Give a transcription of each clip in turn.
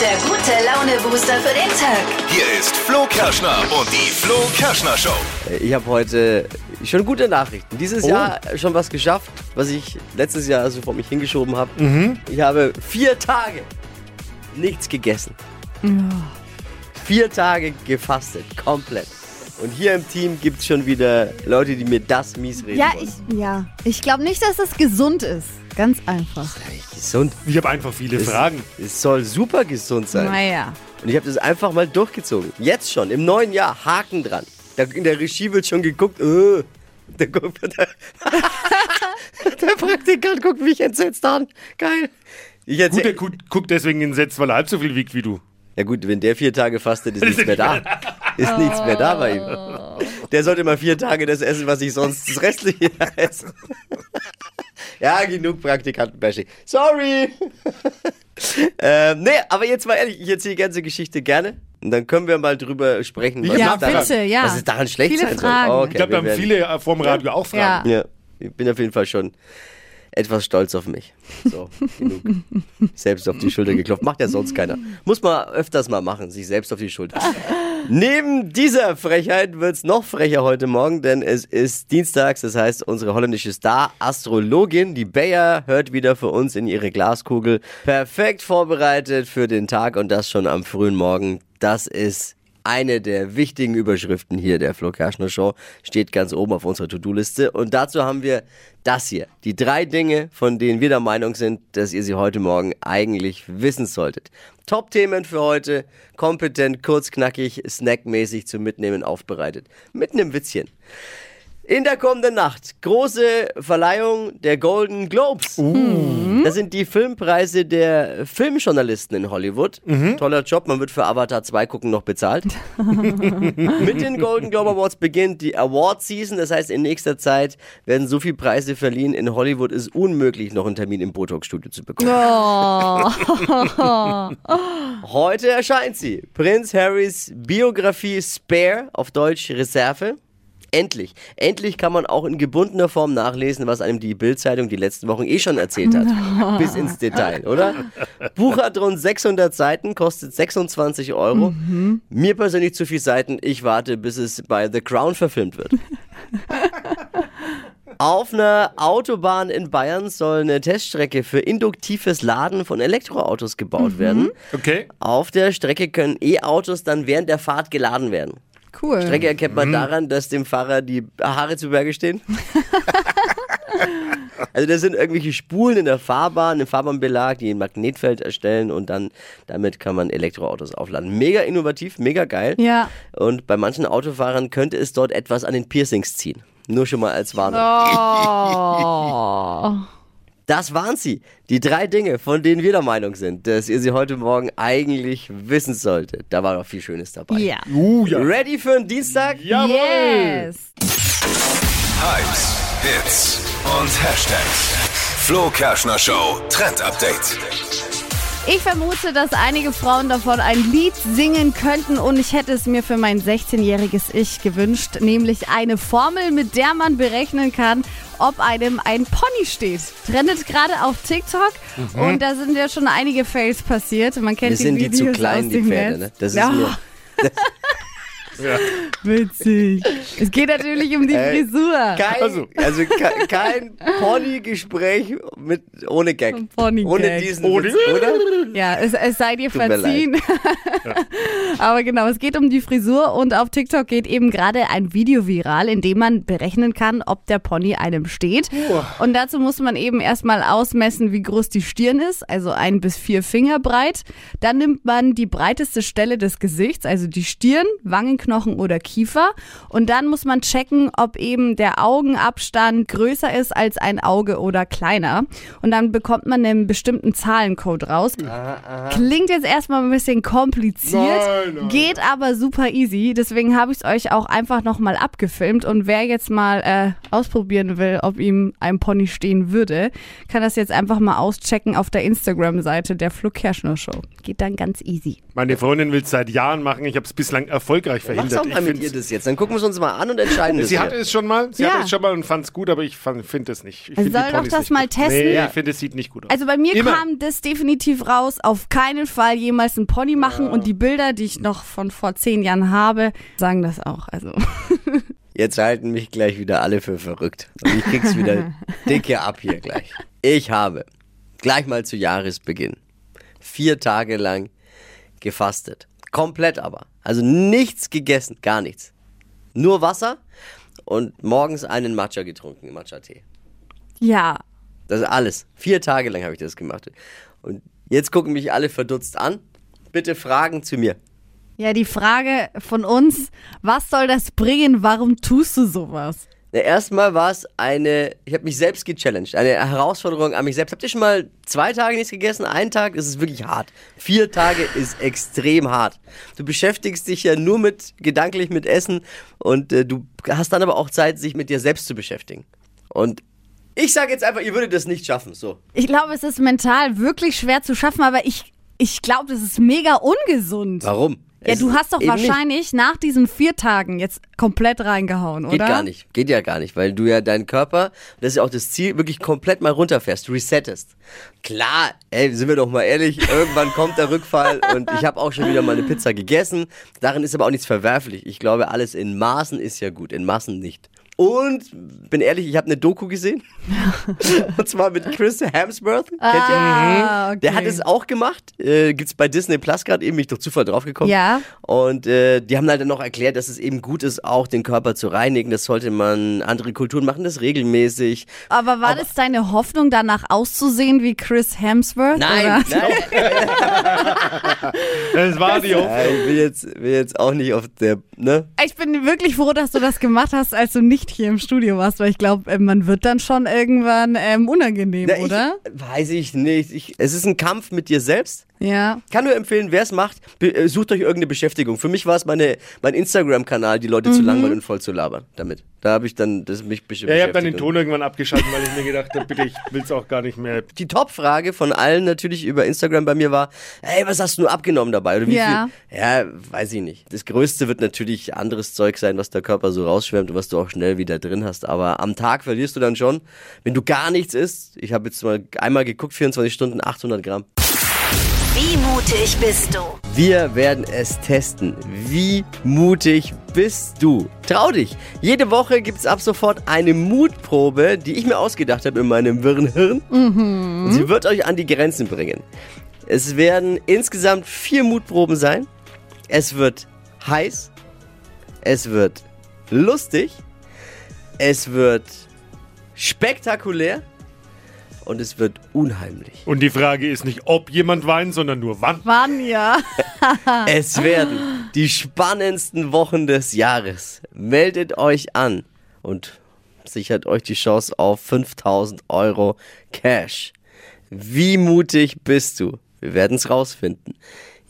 Der gute Laune-Booster für den Tag. Hier ist Flo Kerschner und die Flo Kerschner Show. Ich habe heute schon gute Nachrichten. Dieses Oh. Jahr schon was geschafft, was ich letztes Jahr also vor mich hingeschoben habe. Mhm. Ich habe vier Tage nichts gegessen. Vier Tage gefastet, komplett. Und hier im Team gibt es schon wieder Leute, die mir das mies reden. Ja, wollen. ich, ja. ich glaube nicht, dass das gesund ist. Ganz einfach. Echt Gesund. Ich habe einfach viele Fragen. Es soll super gesund sein. Naja. Und ich habe das einfach mal durchgezogen. Jetzt schon, im neuen Jahr, Haken dran. Da, in der Regie wird schon geguckt, äh, der, guckt- der, der Praktikant guckt mich entsetzt an. Geil. Ich Gut, der erzähl, gu- guckt deswegen in Sets, weil er halb so viel wiegt wie du. ja gut, wenn der vier Tage fastet, ist nichts mehr da. Ist nichts mehr da bei ihm. Der sollte mal vier Tage das essen, was ich sonst das restliche Jahr esse. Ja, genug Praktikantenbashing. Sorry. ähm, nee, aber jetzt mal ehrlich, ich erzähle die ganze Geschichte gerne. Und dann können wir mal drüber sprechen. was Ja, es daran, bitte, ja. Was ist daran schlecht Viele sein Fragen. soll. Okay, Ich glaube, da wir haben werden- viele äh, vorm Radio auch Ja. Fragen. Ja, ich bin auf jeden Fall schon etwas stolz auf mich. So, genug. selbst auf die Schulter geklopft. Macht ja sonst keiner. Muss man öfters mal machen, sich selbst auf die Schulter. Neben dieser Frechheit wird's noch frecher heute Morgen, denn es ist Dienstags, das heißt, unsere holländische Star-Astrologin, die Bayer, hört wieder für uns in ihre Glaskugel. Perfekt vorbereitet für den Tag und das schon am frühen Morgen. Das ist eine der wichtigen Überschriften hier der Flo Kerschner Show steht ganz oben auf unserer To-Do-Liste. Und dazu haben wir das hier. Die drei Dinge, von denen wir der Meinung sind, dass ihr sie heute Morgen eigentlich wissen solltet. Top-Themen für heute. Kompetent, kurz, knackig, snackmäßig zum Mitnehmen aufbereitet. Mit einem Witzchen. In der kommenden Nacht große Verleihung der Golden Globes. Hm. Das sind die Filmpreise der Filmjournalisten in Hollywood. Toller Job, man wird für Avatar 2 gucken noch bezahlt. Mit den Golden Globe Awards beginnt die Award Season, das heißt in nächster Zeit werden so viele Preise verliehen, in Hollywood ist unmöglich noch einen Termin im Botox Studio zu bekommen. Heute erscheint sie. Prinz Harrys Biografie Spare, auf Deutsch Reserve. Endlich. Endlich kann man auch in gebundener Form nachlesen, was einem die Bildzeitung die letzten Wochen eh schon erzählt hat. Bis ins Detail, oder? Buch hat rund 600 Seiten, kostet 26 Euro. Mir persönlich zu viel Seiten. Ich warte, bis es bei The Crown verfilmt wird. Auf einer Autobahn in Bayern soll eine Teststrecke für induktives Laden von Elektroautos gebaut werden. Okay. Auf der Strecke können E-Autos dann während der Fahrt geladen werden. Cool. Strecke erkennt man daran, dass dem Fahrer die Haare zu Berge stehen. also das sind irgendwelche Spulen in der Fahrbahn, im Fahrbahnbelag, die ein Magnetfeld erstellen und dann damit kann man Elektroautos aufladen. Mega innovativ, mega geil. Ja. Und bei manchen Autofahrern könnte es dort etwas an den Piercings ziehen. Nur schon mal als Warnung. Oh. Das waren sie. Die drei Dinge, von denen wir der Meinung sind, dass ihr sie heute Morgen eigentlich wissen solltet. Da war noch viel Schönes dabei. Ja. Uh, ja. Ready für einen Dienstag? Jawohl. Yes. Hypes, Hits und Hashtags. Flo Kerschner Show Trend Update. Ich vermute, dass einige Frauen davon ein Lied singen könnten und ich hätte es mir für mein 16-jähriges Ich gewünscht, nämlich eine Formel, mit der man berechnen kann, ob einem ein Pony steht. Trendet gerade auf TikTok und da sind ja schon einige Fails passiert. Man kennt Mhm. Wir sind die Videos zu klein, aus die dem Pferde, Netz. ne? Das ist ja, mir. witzig. Es geht natürlich um die Ey, Frisur. Kein, also, Also. ke- kein Pony-Gespräch mit, ohne Gag. Pony-Gag. Ohne diesen Ohne- Witz, oder? Ja, es, es sei dir Tut mir verziehen. Aber genau, es geht um die Frisur und auf TikTok geht eben gerade ein Video viral, in dem man berechnen kann, ob der Pony einem steht. Und dazu muss man eben erstmal ausmessen, wie groß die Stirn ist, also ein bis vier Finger breit. Dann nimmt man die breiteste Stelle des Gesichts, also die Stirn, Wangenknochen oder Kiefer. Und dann muss man checken, ob eben der Augenabstand größer ist als ein Auge oder kleiner. Und dann bekommt man einen bestimmten Zahlencode raus. Klingt jetzt erstmal ein bisschen kompliziert, Nein, nein. geht aber super easy. Deswegen habe ich es euch auch einfach nochmal abgefilmt. Und wer jetzt mal äh, ausprobieren will, ob ihm ein Pony stehen würde, kann das jetzt einfach mal auschecken auf der Instagram-Seite der Flo Kerschner Show. Geht dann ganz easy. Meine Freundin will es seit Jahren machen. Ich habe es bislang erfolgreich Macht's behindert. doch Ich mal mit find's- ihr das jetzt. Dann gucken wir es uns mal an und entscheiden das Sie hier. hatte es schon mal, sie Ja. hatte es schon mal und fand es gut, aber ich finde es nicht. Ich find die soll doch Ponys das nicht mal gut. testen. Nee, Ja. ich finde, es sieht nicht gut aus. Also bei mir Immer. kam das definitiv raus, auf keinen Fall jemals einen Pony machen und die Bilder, die ich noch von vor zehn Jahren habe, sagen das auch. Also Jetzt halten mich gleich wieder alle für verrückt. Und ich krieg's wieder dicke ab hier gleich. Ich habe gleich mal zu Jahresbeginn vier Tage lang gefastet. Komplett aber. Also nichts gegessen, gar nichts. Nur Wasser und morgens einen Matcha getrunken, Matcha-Tee. ja, Das ist alles. Vier Tage lang habe ich das gemacht. Und jetzt gucken mich alle verdutzt an. Bitte Fragen zu mir. ja die Frage von uns, was soll das bringen? Warum tust du sowas? Na, erstmal war es eine, ich habe mich selbst gechallenged, eine Herausforderung an mich selbst. Habt ihr schon mal zwei Tage nichts gegessen? Einen Tag ist es wirklich hart. Vier Tage ist extrem hart. Du beschäftigst dich ja nur mit, gedanklich mit Essen und äh, du hast dann aber auch Zeit, sich mit dir selbst zu beschäftigen. Und ich sage jetzt einfach, ihr würdet das nicht schaffen, so. Ich glaube, es ist mental wirklich schwer zu schaffen, aber ich, ich glaube, das ist mega ungesund. Warum? Ja, du hast doch wahrscheinlich nach diesen vier Tagen jetzt komplett reingehauen, oder? Geht gar nicht. Geht ja gar nicht, weil du ja deinen Körper, das ist ja auch das Ziel, wirklich komplett mal runterfährst, resettest. Klar, ey, sind wir doch mal ehrlich, irgendwann kommt der Rückfall und ich habe auch schon wieder mal eine Pizza gegessen. Darin ist aber auch nichts verwerflich. Ich glaube, alles in Maßen ist ja gut, in Massen nicht. Und bin ehrlich, ich habe eine Doku gesehen. und zwar mit Chris Hemsworth. Kennt ihr? Mhm. Ah, okay. Der hat es auch gemacht. Äh, gibt's bei Disney Plus gerade eben, bin ich durch Zufall draufgekommen. Ja. Und äh, die haben halt dann noch erklärt, dass es eben gut ist, auch den Körper zu reinigen. Das sollte man, andere Kulturen machen das regelmäßig. Aber war das deine Hoffnung, danach auszusehen wie Chris Hemsworth? Nein, oder? nein, das war die Hoffnung. nein, ich will jetzt, will jetzt auch nicht auf der, ne? Ich bin wirklich froh, dass du das gemacht hast, als du nicht hier im Studio warst, weil ich glaube, äh, man wird dann schon irgendwann ähm, unangenehm, Na, ich, oder? Weiß ich nicht. Ich, es ist ein Kampf mit dir selbst. Ja. Kann nur empfehlen, wer es macht, be- äh, sucht euch irgendeine Beschäftigung. Für mich war es meine, mein Instagram-Kanal, die Leute zu Mhm. langweilen und voll zu labern damit. Da habe ich dann das mich bestimmt. Ja, ich habe dann den Ton irgendwann abgeschaltet, weil ich mir gedacht habe, bitte, ich will es auch gar nicht mehr. die Top-Frage von allen natürlich über Instagram bei mir war, hey, was hast du abgenommen dabei? Oder wie Ja. viel? Ja, weiß ich nicht. Das Größte wird natürlich anderes Zeug sein, was der Körper so rausschwemmt und was du auch schnell wieder drin hast. Aber am Tag verlierst du dann schon, wenn du gar nichts isst. Ich habe jetzt mal einmal geguckt, 24 Stunden, 800 Gramm. Wie mutig bist du? Wir werden es testen. Wie mutig bist du? Trau dich! Jede Woche gibt's ab sofort eine Mutprobe, die ich mir ausgedacht habe in meinem wirren Hirn. Und sie wird euch an die Grenzen bringen. Es werden insgesamt vier Mutproben sein. Es wird heiß. Es wird lustig. Es wird spektakulär. Und es wird unheimlich. Und die Frage ist nicht, ob jemand weint, sondern nur wann. Wann ja? Es werden die spannendsten Wochen des Jahres. Meldet euch an und sichert euch die Chance auf 5000 Euro Cash. Wie mutig bist du? Wir werden es rausfinden.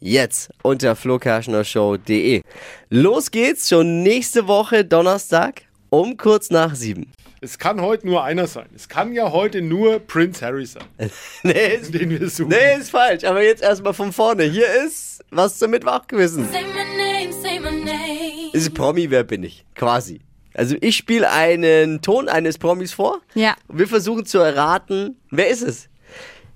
Jetzt unter flokerschnershow.de. Los geht's schon nächste Woche Donnerstag um kurz nach sieben. Es kann heute nur einer sein. Es kann ja heute nur Prince Harry sein, Nee, ist, den wir suchen. nee, ist falsch, aber jetzt erstmal von vorne. Hier ist was zum Mittwochgewissen. Say my name, say my name. ist Promi, wer bin ich? Quasi. Also ich spiele einen Ton eines Promis vor. Ja. Und wir versuchen zu erraten, wer ist es?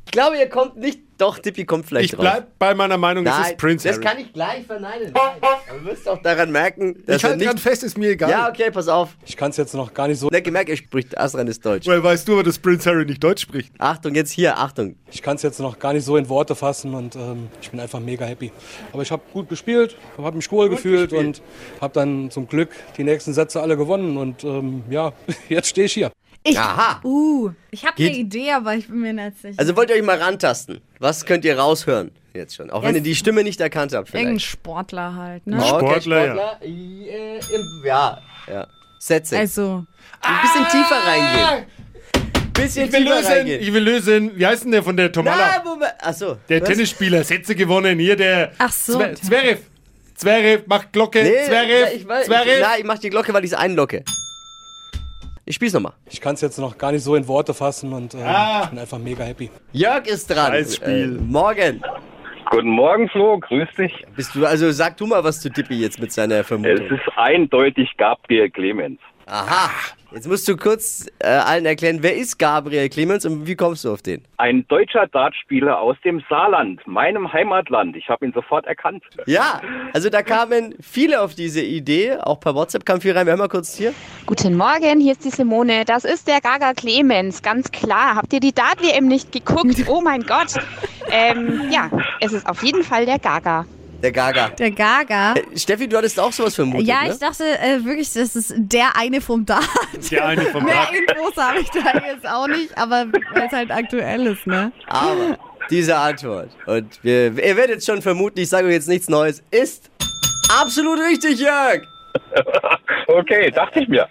Ich glaube, ihr kommt nicht. Doch, Tippi kommt vielleicht Ich drauf. bleib bei meiner Meinung, Nein, es ist Prince das Harry. kann ich gleich verneinen. Aber du wirst auch daran merken, dass ich halte er dran nicht... fest, ist mir egal. Ja, okay, pass auf. Ich kann es jetzt noch gar nicht so. Ne, gemerkt, er spricht astreines Deutsch. Weil weißt du, aber dass Prince Harry nicht Deutsch spricht. Achtung, jetzt hier, Achtung. Ich kann es jetzt noch gar nicht so in Worte fassen und ähm, ich bin einfach mega happy. Aber ich habe gut gespielt, habe mich cool gefühlt und habe dann zum Glück die nächsten Sätze alle gewonnen und ähm, ja, jetzt stehe ich hier. Ich, Aha. Uh, ich habe eine Geht- Idee, aber ich bin mir nicht sicher. Also wollt ihr euch mal rantasten. Was könnt ihr raushören jetzt schon? Auch wenn ihr Yes. die Stimme nicht erkannt habt vielleicht. Irgendein Sportler halt, ne? Okay, Sportler, Sportler äh, im- ja. ja. Setze. Also, Ah! Ein bisschen tiefer reingehen. Bisschen Ich will tiefer lösen, reingehen. ich will lösen. Wie heißt denn der von der Nein, Tomala? Moment. Achso. Der Tennisspieler, Sätze gewonnen, hier der Ach so. Zwe- Zverev. Zverev, macht Glocke. Nee, Zverev, ich, weiß- Zverev. ich, nein, ich mach die Glocke, weil ich es einlocke. Ich spiel's nochmal. Ich kann es jetzt noch gar nicht so in Worte fassen und ähm, Ah. ich bin einfach mega happy. Jörg ist dran. Scheiß Spiel. Äh, morgen. Guten Morgen, Flo, grüß dich. Bist du, also sag du mal was zu Dippi jetzt mit seiner Es Vermutung. ist eindeutig Gabriel Clemens. Aha, jetzt musst du kurz äh, allen erklären, wer ist Gabriel Clemens und wie kommst du auf den? Ein deutscher Dartspieler aus dem Saarland, meinem Heimatland. Ich habe ihn sofort erkannt. Ja, also da kamen viele auf diese Idee, auch per WhatsApp kam viel rein. Wir hören mal kurz hier. Guten Morgen, hier ist die Simone. Das ist der Gaga Clemens, ganz klar. Habt ihr die Dart-WM nicht geguckt? Oh mein Gott. Ähm, ja, es ist auf jeden Fall der Gaga. Der Gaga. Der Gaga. Steffi, du hattest auch sowas vermutet, Ja, Äh, ne? ich dachte äh, wirklich, das ist der eine vom Dart. Der eine vom Mehr Rad. Infos habe ich da jetzt auch nicht, aber weil es halt aktuell ist, ne? Aber diese Antwort, und wir, ihr werdet schon vermuten, ich sage euch jetzt nichts Neues, ist absolut richtig, Jörg. Okay, dachte ich mir.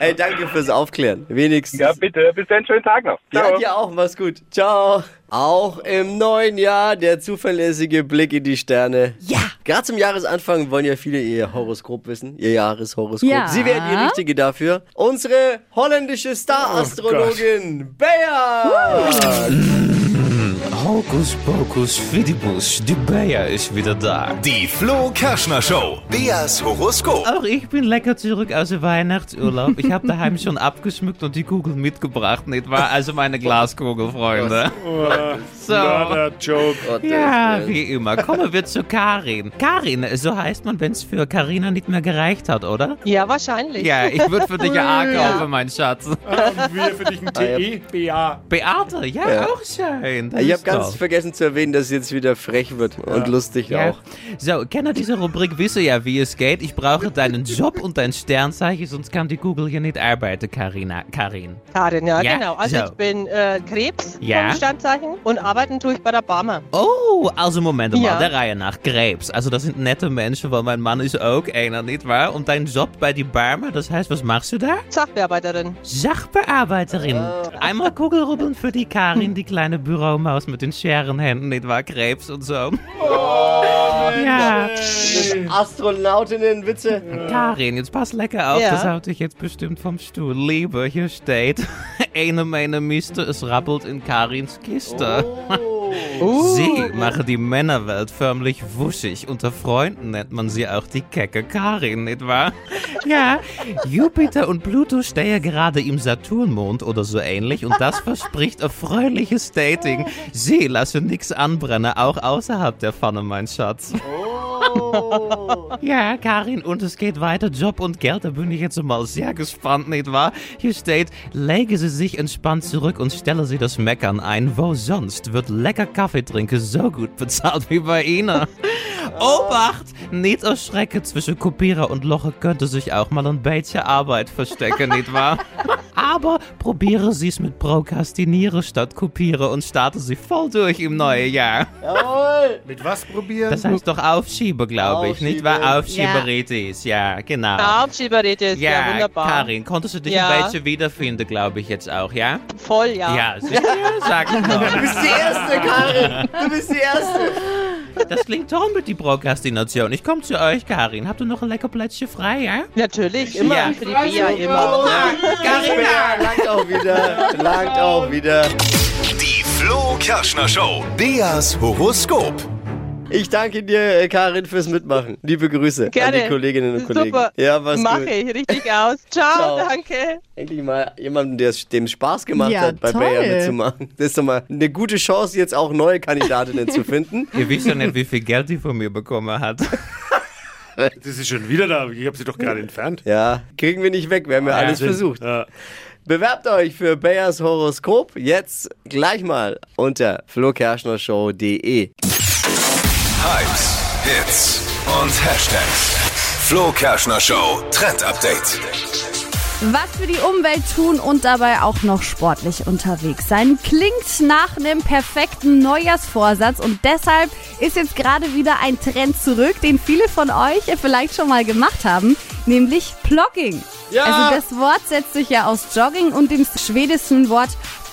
Ey, danke fürs Aufklären. Wenigstens. Ja, bitte, bis dann, schönen Tag noch. Ja, dir auch. Mach's gut. Ciao. Auch im neuen Jahr der zuverlässige Blick in die Sterne. Ja. Gerade zum Jahresanfang wollen ja viele ihr Horoskop wissen, ihr Jahreshoroskop. Ja. Sie wären die Richtige dafür. Unsere holländische Oh Star-Astrologin Bea. Hokus pokus fidibus, die Bayer ist wieder da. Die Flo Kerschner Show. Beas Horoskop. Auch ich bin lecker zurück aus dem Weihnachtsurlaub. Ich habe daheim schon abgeschmückt und die Kugeln mitgebracht, nicht wahr? Also meine Glaskugel, Freunde. So. Mörder, Joke. Gott, Ja, der ist- wie immer. Kommen wir zu Karin. Karin, so heißt man, wenn es für Karina nicht mehr gereicht hat, oder? Ja, wahrscheinlich. Ja, ich würde für dich ein A kaufen, mein Schatz. Und Ah, wir für dich ein E T-E-B-A. Beate, ja, Ja. auch schön. Das Ich ist habe ganz doch. vergessen zu erwähnen, dass es jetzt wieder frech wird und lustig Ja. auch. So, Kenner dieser Rubrik wisse ja, wie es geht. Ich brauche deinen Job und dein Sternzeichen, sonst kann die Google hier nicht arbeiten, Karina. Karin. Karin, ja, Ja, genau. Also so. ich bin äh, Krebs Ja. vom Sternzeichen und arbeiten tue ich bei der Barmer. Oh, also Moment mal, Ja. der Reihe nach. Krebs. Also das sind nette Menschen, weil mein Mann ist auch einer, nicht wahr? Und dein Job bei die Barmer, das heißt, was machst du da? Sachbearbeiterin. Sachbearbeiterin. Oh. Einmal Kugelrubbeln für die Karin, die kleine Büromaus mit den Scherenhänden, nicht wahr? Krebs und so. ja. Astronautinnen-Witze. Karin, jetzt pass lecker auf, Ja. das haut dich jetzt bestimmt vom Stuhl. Liebe, hier steht, eine meiner Miste, es rappelt in Karins Kiste. Oh. Sie machen die Männerwelt förmlich wuschig. Unter Freunden nennt man sie auch die kecke Karin, nicht wahr? Ja, Jupiter und Pluto stehen gerade im Saturnmond oder so ähnlich und das verspricht erfreuliches Dating. Sie lassen nichts anbrennen, auch außerhalb der Pfanne, mein Schatz. Ja, Karin, und es geht weiter. Job und Geld, da bin ich jetzt mal sehr gespannt, nicht wahr? Hier steht, lege Sie sich entspannt zurück und stelle Sie das Meckern ein. Wo sonst wird lecker Kaffee trinken so gut bezahlt wie bei Ihnen? Obacht! Nicht erschrecken, zwischen Kopierer und Loche könnte sich auch mal ein bisschen Arbeit verstecken, nicht wahr? Aber probiere Sie es mit Prokrastinieren statt Kopiere und starte Sie voll durch im neuen Jahr. Mit was probieren? Ähm, Das heißt doch Aufschiebe, glaube ich, nicht wahr? Aufschiebe. Aufschieberitis, ja, genau. Ja, Schieberitis. Ja, Ja, wunderbar. Karin, konntest du dich Ja. ein bisschen wiederfinden, glaube ich jetzt auch, ja? Voll, ja. Ja, sicher, sag ich Du doch. bist die Erste, Karin. Du bist die Erste. Das klingt toll mit die Prokrastination. Ich komme zu euch, Karin. Habt ihr noch ein lecker Plätzchen frei, ja? Natürlich, immer Ja. für die Bia, immer. Karina! Langt auch wieder. Langt auch wieder. Die Flo Kerschner Show. Beas Horoskop. Ich danke dir, äh, Karin, fürs Mitmachen. Liebe Grüße an Gerne. die Kolleginnen und Kollegen. Super. Ja, was Mache gut. ich richtig aus. Ciao, Ciao. danke. Endlich mal jemanden, der es dem Spaß gemacht Ja, hat, bei toll. Bayer mitzumachen. Das ist doch mal eine gute Chance, jetzt auch neue Kandidatinnen zu finden. Ihr wisst ja nicht, wie viel Geld die von mir bekommen hat. Das ist schon wieder da. Ich habe sie doch gerade entfernt. äh, Ja, kriegen wir nicht weg. Wir haben ja alles versucht. Ah, Ja. Bewerbt euch für Bayers Horoskop jetzt gleich mal unter flokerschnershow.de. Hypes, Hits und Hashtags. Flo Kerschner Show Trend Update. Was für die Umwelt tun und dabei auch noch sportlich unterwegs sein, klingt nach einem perfekten Neujahrsvorsatz und deshalb ist jetzt gerade wieder ein Trend zurück, den viele von euch vielleicht schon mal gemacht haben, nämlich Plogging. Ja. Also das Wort setzt sich ja aus Jogging und dem schwedischen Wort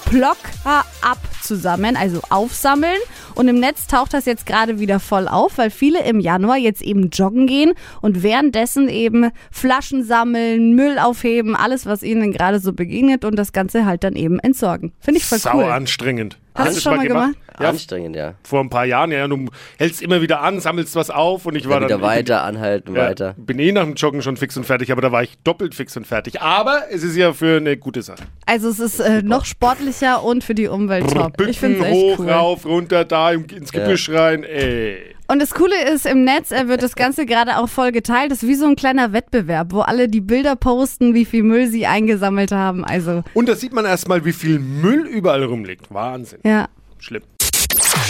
Plocka ab zusammen, also aufsammeln. Und im Netz taucht das jetzt gerade wieder voll auf, weil viele im Januar jetzt eben joggen gehen und währenddessen eben Flaschen sammeln, Müll aufheben, alles, was ihnen gerade so begegnet und das Ganze halt dann eben entsorgen. Finde ich voll Sau cool. anstrengend. Hast du das schon mal gemacht? Ja. Anstrengend, ja. Vor ein paar Jahren, ja, ja, du hältst immer wieder an, sammelst was auf und ich war Dann wieder dann weiter, anhalten, Ja, weiter. Bin eh nach dem Joggen schon fix und fertig, aber da war ich doppelt fix und fertig. Aber es ist ja für eine gute Sache. Also es ist äh, noch sportlicher und für die Umwelt top. Ich finde Bücken es echt hoch, cool. rauf, runter, da im- ins Gebüsch rein. Ey. Und das Coole ist, im Netz äh, wird das Ganze gerade auch voll geteilt. Das ist wie so ein kleiner Wettbewerb, wo alle die Bilder posten, wie viel Müll sie eingesammelt haben. Also, Und da sieht man erstmal, wie viel Müll überall rumliegt. Wahnsinn. ja. Schlimm.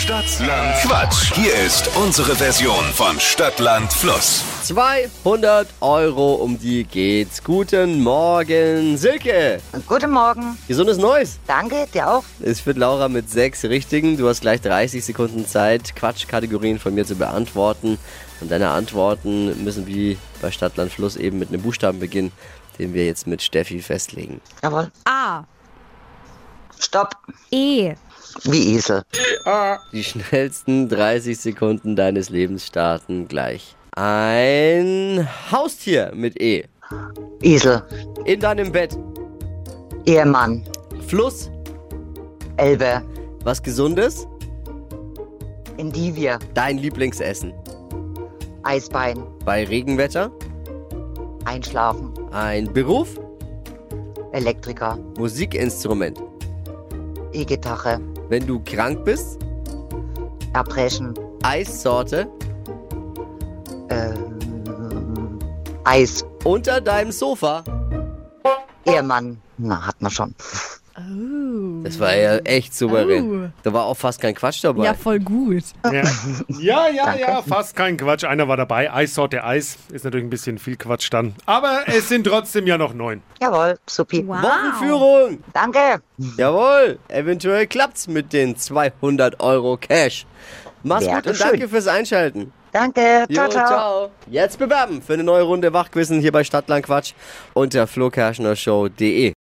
Stadtland Quatsch. Hier ist unsere Version von Stadtland Fluss. 200 Euro, um die geht's. Guten Morgen, Silke. Guten Morgen. Gesundes Neues. Danke, dir auch. Es wird Laura mit sechs Richtigen. Du hast gleich 30 Sekunden Zeit, Quatschkategorien von mir zu beantworten. Und deine Antworten müssen wie bei Stadtland Fluss eben mit einem Buchstaben beginnen, den wir jetzt mit Steffi festlegen. Jawohl. A. Stopp. E. Wie Esel. Die schnellsten 30 Sekunden deines Lebens starten gleich. Ein Haustier mit E. Esel. In deinem Bett. Ehemann. Fluss. Elbe. Was Gesundes. Endivie. Dein Lieblingsessen. Eisbein. Bei Regenwetter. Einschlafen. Ein Beruf. Elektriker. Musikinstrument. E-Gitarre. Wenn du krank bist. Erbrechen. Eissorte. Ähm, Eis. Unter deinem Sofa. Ehemann. Na, hat man schon. Das war ja echt souverän. Da war auch fast kein Quatsch dabei. Ja, voll gut. Ja, ja, ja, ja, fast kein Quatsch. Einer war dabei. Eissorte Eis. Ist natürlich ein bisschen viel Quatsch dann. Aber es sind trotzdem ja noch neun. Jawohl, supi. Wochenführung. Danke. Jawohl. Eventuell klappt's mit den 200 Euro Cash. Mach's gut und Dankeschön. danke fürs Einschalten. Danke. Ciao, Jo, ciao. Jetzt bewerben für eine neue Runde Wachquissen hier bei Stadtlandquatsch unter flokerschnershow.de.